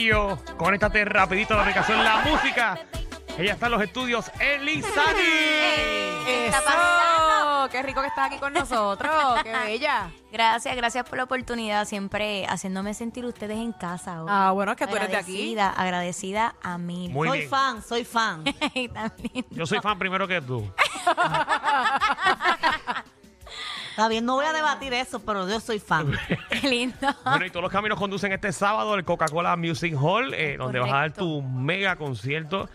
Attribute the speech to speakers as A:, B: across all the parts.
A: Corillo. Conéctate rapidito a la aplicación La Música. Ella está en los estudios Elizani.
B: ¿Qué está
C: Eso,
B: pasando?
C: Qué rico que estás aquí con nosotros. Qué bella.
B: Gracias, gracias por la oportunidad, siempre haciéndome sentir ustedes en casa. hoy.
C: Ah, bueno, es que tú eres de aquí.
B: Agradecida, agradecida a mí.
A: Muy
D: soy
A: bien.
D: fan, soy fan.
A: Yo soy fan primero que tú.
D: Está bien, no voy a debatir eso, pero yo soy fan.
B: Qué lindo.
A: Bueno, y todos los caminos conducen este sábado al Coca-Cola Music Hall, eh, donde vas a dar tu mega concierto.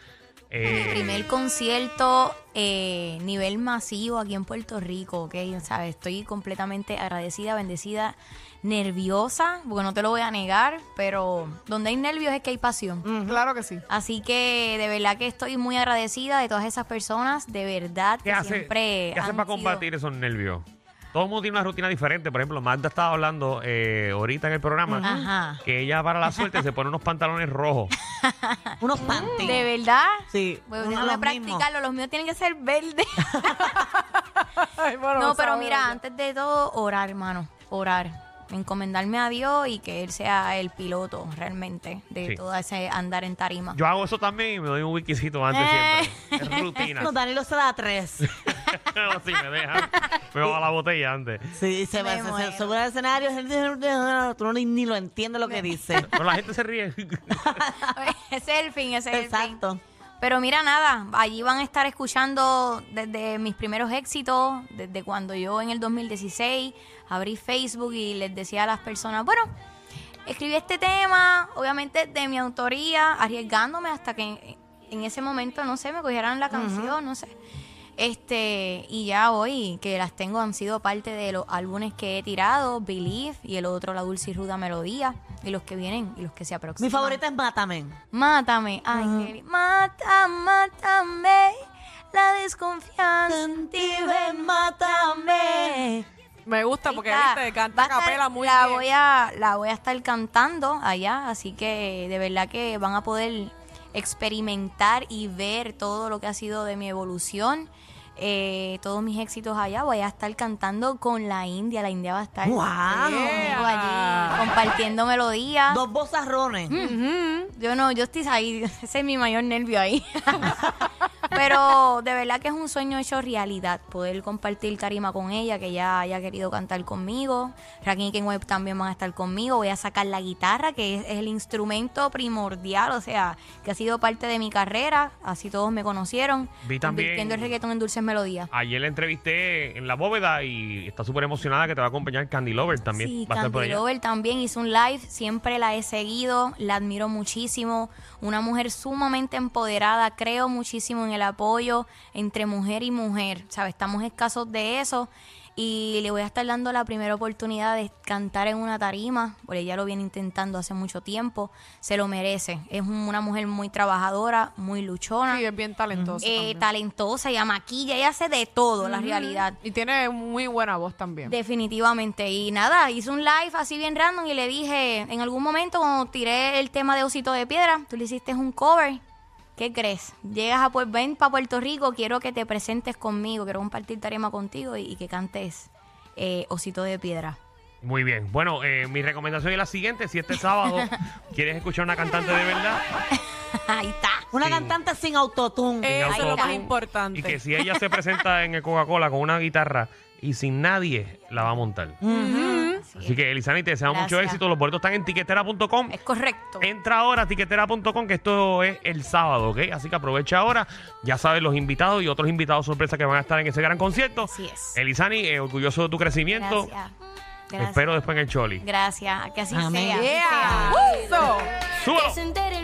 A: Eh,
B: Primer concierto eh, nivel masivo aquí en Puerto Rico, ¿ok? O sea, Estoy completamente agradecida, bendecida, nerviosa, porque no te lo voy a negar, pero donde hay nervios es que hay pasión.
C: Claro que sí.
B: Así que de verdad que estoy muy agradecida de todas esas personas, de verdad
A: ¿Qué
B: que
A: haces
B: siempre han
A: para
B: sido-
A: combatir esos nervios? Todo el mundo tiene una rutina diferente. Por ejemplo, Magda estaba hablando eh, ahorita en el programa
B: Ajá.
A: que ella para la suerte se pone unos pantalones rojos.
D: Unos panties.
B: De verdad.
D: Sí,
B: Pues
D: uno de
B: déjame
D: los mismos.
B: practicarlo, los míos tienen que ser verdes.
C: Ay, bueno,
B: no, pero
C: sabe,
B: mira,
C: ¿verdad?
B: antes de todo, orar, hermano, orar. Encomendarme a Dios y que Él sea el piloto realmente de
A: Sí.
B: todo ese andar en tarima.
A: Yo hago eso también y me doy un wikisito antes
B: Eh.
A: siempre. Es rutina.
D: No, Danilo se da a tres.
A: No, si me dejan, me va a la botella antes.
D: Sí, se
B: Me
D: va, se- se,
B: muero.
D: sube al escenario. Tú no, ni, ni lo entiendes lo que dice.
A: Pero la gente se ríe.
B: ese es el fin, ese es el fin.
D: Exacto.
B: Pero mira, nada, allí van a estar escuchando desde mis primeros éxitos, desde cuando yo en el 2016 abrí Facebook y les decía a las personas, bueno, escribí este tema, obviamente de mi autoría, arriesgándome hasta que en, en ese momento, no sé, me cogieran la canción, no sé. Este, y ya hoy, que las tengo, han sido parte de los álbumes que he tirado, Believe y el otro, La Dulce y Ruda Melodía, y los que vienen y los que se aproximan.
D: Mi favorita es Mátame.
B: Mátame, ay, qué li- Mata, mátame. La desconfianza en ti, ven, mátame.
C: Me gusta porque
B: Ahí está.
C: viste,
B: Va
C: canta
B: a
C: a
B: estar-
C: capela muy
B: la
C: bien.
B: Voy a, la voy a estar cantando allá, así que de verdad que van a poder experimentar y ver todo lo que ha sido de mi evolución. eh, todos mis éxitos allá, voy a estar cantando con la India. La India va a estar
D: ¡Guau!
B: conmigo allí, compartiendo melodías.
D: Dos bozarrones.
B: Mm. Yo no, yo estoy ahí, ese es mi mayor nervio ahí. Pero de verdad que es un sueño hecho realidad, poder compartir Karima con ella, que ya haya querido cantar conmigo. Raquel y Ken Web también van a estar conmigo. Voy a sacar la guitarra, que es, es el instrumento primordial, o sea, que ha sido parte de mi carrera, así todos me conocieron.
A: Vi también-
B: Convirtiendo el reggaetón en dulces melodías.
A: Ayer la entrevisté en la bóveda y está súper emocionada que te va a acompañar Candy Lover también.
B: Sí,
A: va a estar por
B: Candy
A: allá.
B: Lover también hizo un live, siempre la he seguido, la admiro muchísimo, una mujer sumamente empoderada, creo muchísimo en el apoyo entre mujer y mujer, ¿sabes? Estamos escasos de eso y le voy a estar dando la primera oportunidad de cantar en una tarima, porque ella lo viene intentando hace mucho tiempo, se lo merece, es un- una mujer muy trabajadora, muy luchona,
C: Sí, es bien talentosa.
B: eh,
C: también.
B: talentosa, ella maquilla, ella hace de todo, la realidad.
C: y tiene muy buena voz también.
B: Definitivamente. Y nada, hice un live así bien random y le dije, en algún momento cuando tiré el tema de Osito de Piedra, tú le hiciste un cover. ¿Qué crees? Llegas a Puerto, ven para Puerto Rico, quiero que te presentes conmigo, quiero compartir tarima contigo y, y que cantes eh, Osito de Piedra.
A: Muy bien. Bueno, eh, mi recomendación es la siguiente. Si este sábado quieres escuchar una cantante de verdad
B: Ahí está.
D: Una
A: Sí.
D: cantante sin autotune.
C: Eso es lo
A: autotune.
C: más importante.
A: y que si ella se presenta en el Coca-Cola con una guitarra y sin nadie, la va a montar. Así que, Elizani, te deseamos mucho
B: Mm. Gracias.
A: éxito. Los boletos están en tiquetera.com.
B: Es correcto.
A: Entra ahora a tiquetera.com que esto es el sábado, ¿ok? Así que aprovecha ahora. Ya sabes los invitados y otros invitados sorpresa que van a estar en ese gran concierto.
B: Así es.
A: Elizani, eh, orgulloso de tu crecimiento.
B: Gracias. Gracias.
A: Espero después en el Choli.
B: Gracias. Que así
D: Amén.
B: sea. así sea.
C: Yeah. Eso.
A: ¡Súbelo!
E: Que se entere